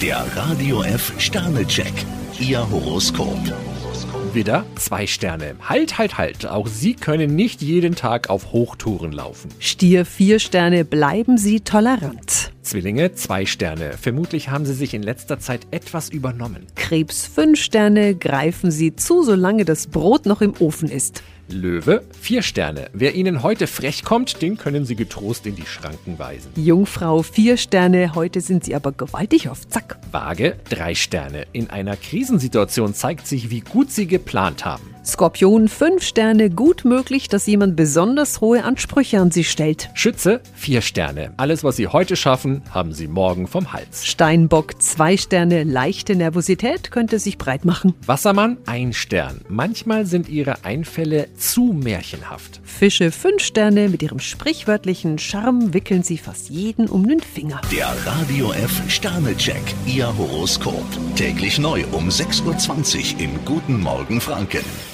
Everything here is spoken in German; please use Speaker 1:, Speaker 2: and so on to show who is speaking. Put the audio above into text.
Speaker 1: Der Radio F Sternecheck, Ihr Horoskop.
Speaker 2: Wieder zwei Sterne. Halt, halt, halt. Auch Sie können nicht jeden Tag auf Hochtouren laufen.
Speaker 3: Stier vier Sterne, bleiben Sie tolerant.
Speaker 2: Zwillinge, zwei Sterne. Vermutlich haben Sie sich in letzter Zeit etwas übernommen.
Speaker 3: Krebs fünf Sterne, greifen Sie zu, solange das Brot noch im Ofen ist.
Speaker 2: Löwe, vier Sterne. Wer Ihnen heute frech kommt, den können Sie getrost in die Schranken weisen.
Speaker 3: Jungfrau vier Sterne, heute sind Sie aber gewaltig auf Zack.
Speaker 2: Waage, drei Sterne. In einer Krisensituation zeigt sich, wie gut Sie geplant haben.
Speaker 3: Skorpion fünf Sterne, gut möglich, dass jemand besonders hohe Ansprüche an Sie stellt.
Speaker 2: Schütze, vier Sterne. Alles, was Sie heute schaffen, haben Sie morgen vom Hals.
Speaker 3: Steinbock zwei Sterne, leichte Nervosität könnte sich breit machen.
Speaker 2: Wassermann, ein Stern. Manchmal sind Ihre Einfälle zu märchenhaft.
Speaker 3: Fische fünf Sterne, mit Ihrem sprichwörtlichen Charme wickeln Sie fast jeden um den Finger.
Speaker 1: Der Radio F Sternecheck, Ihr Horoskop. Täglich neu um 6.20 Uhr im Guten Morgen Franken.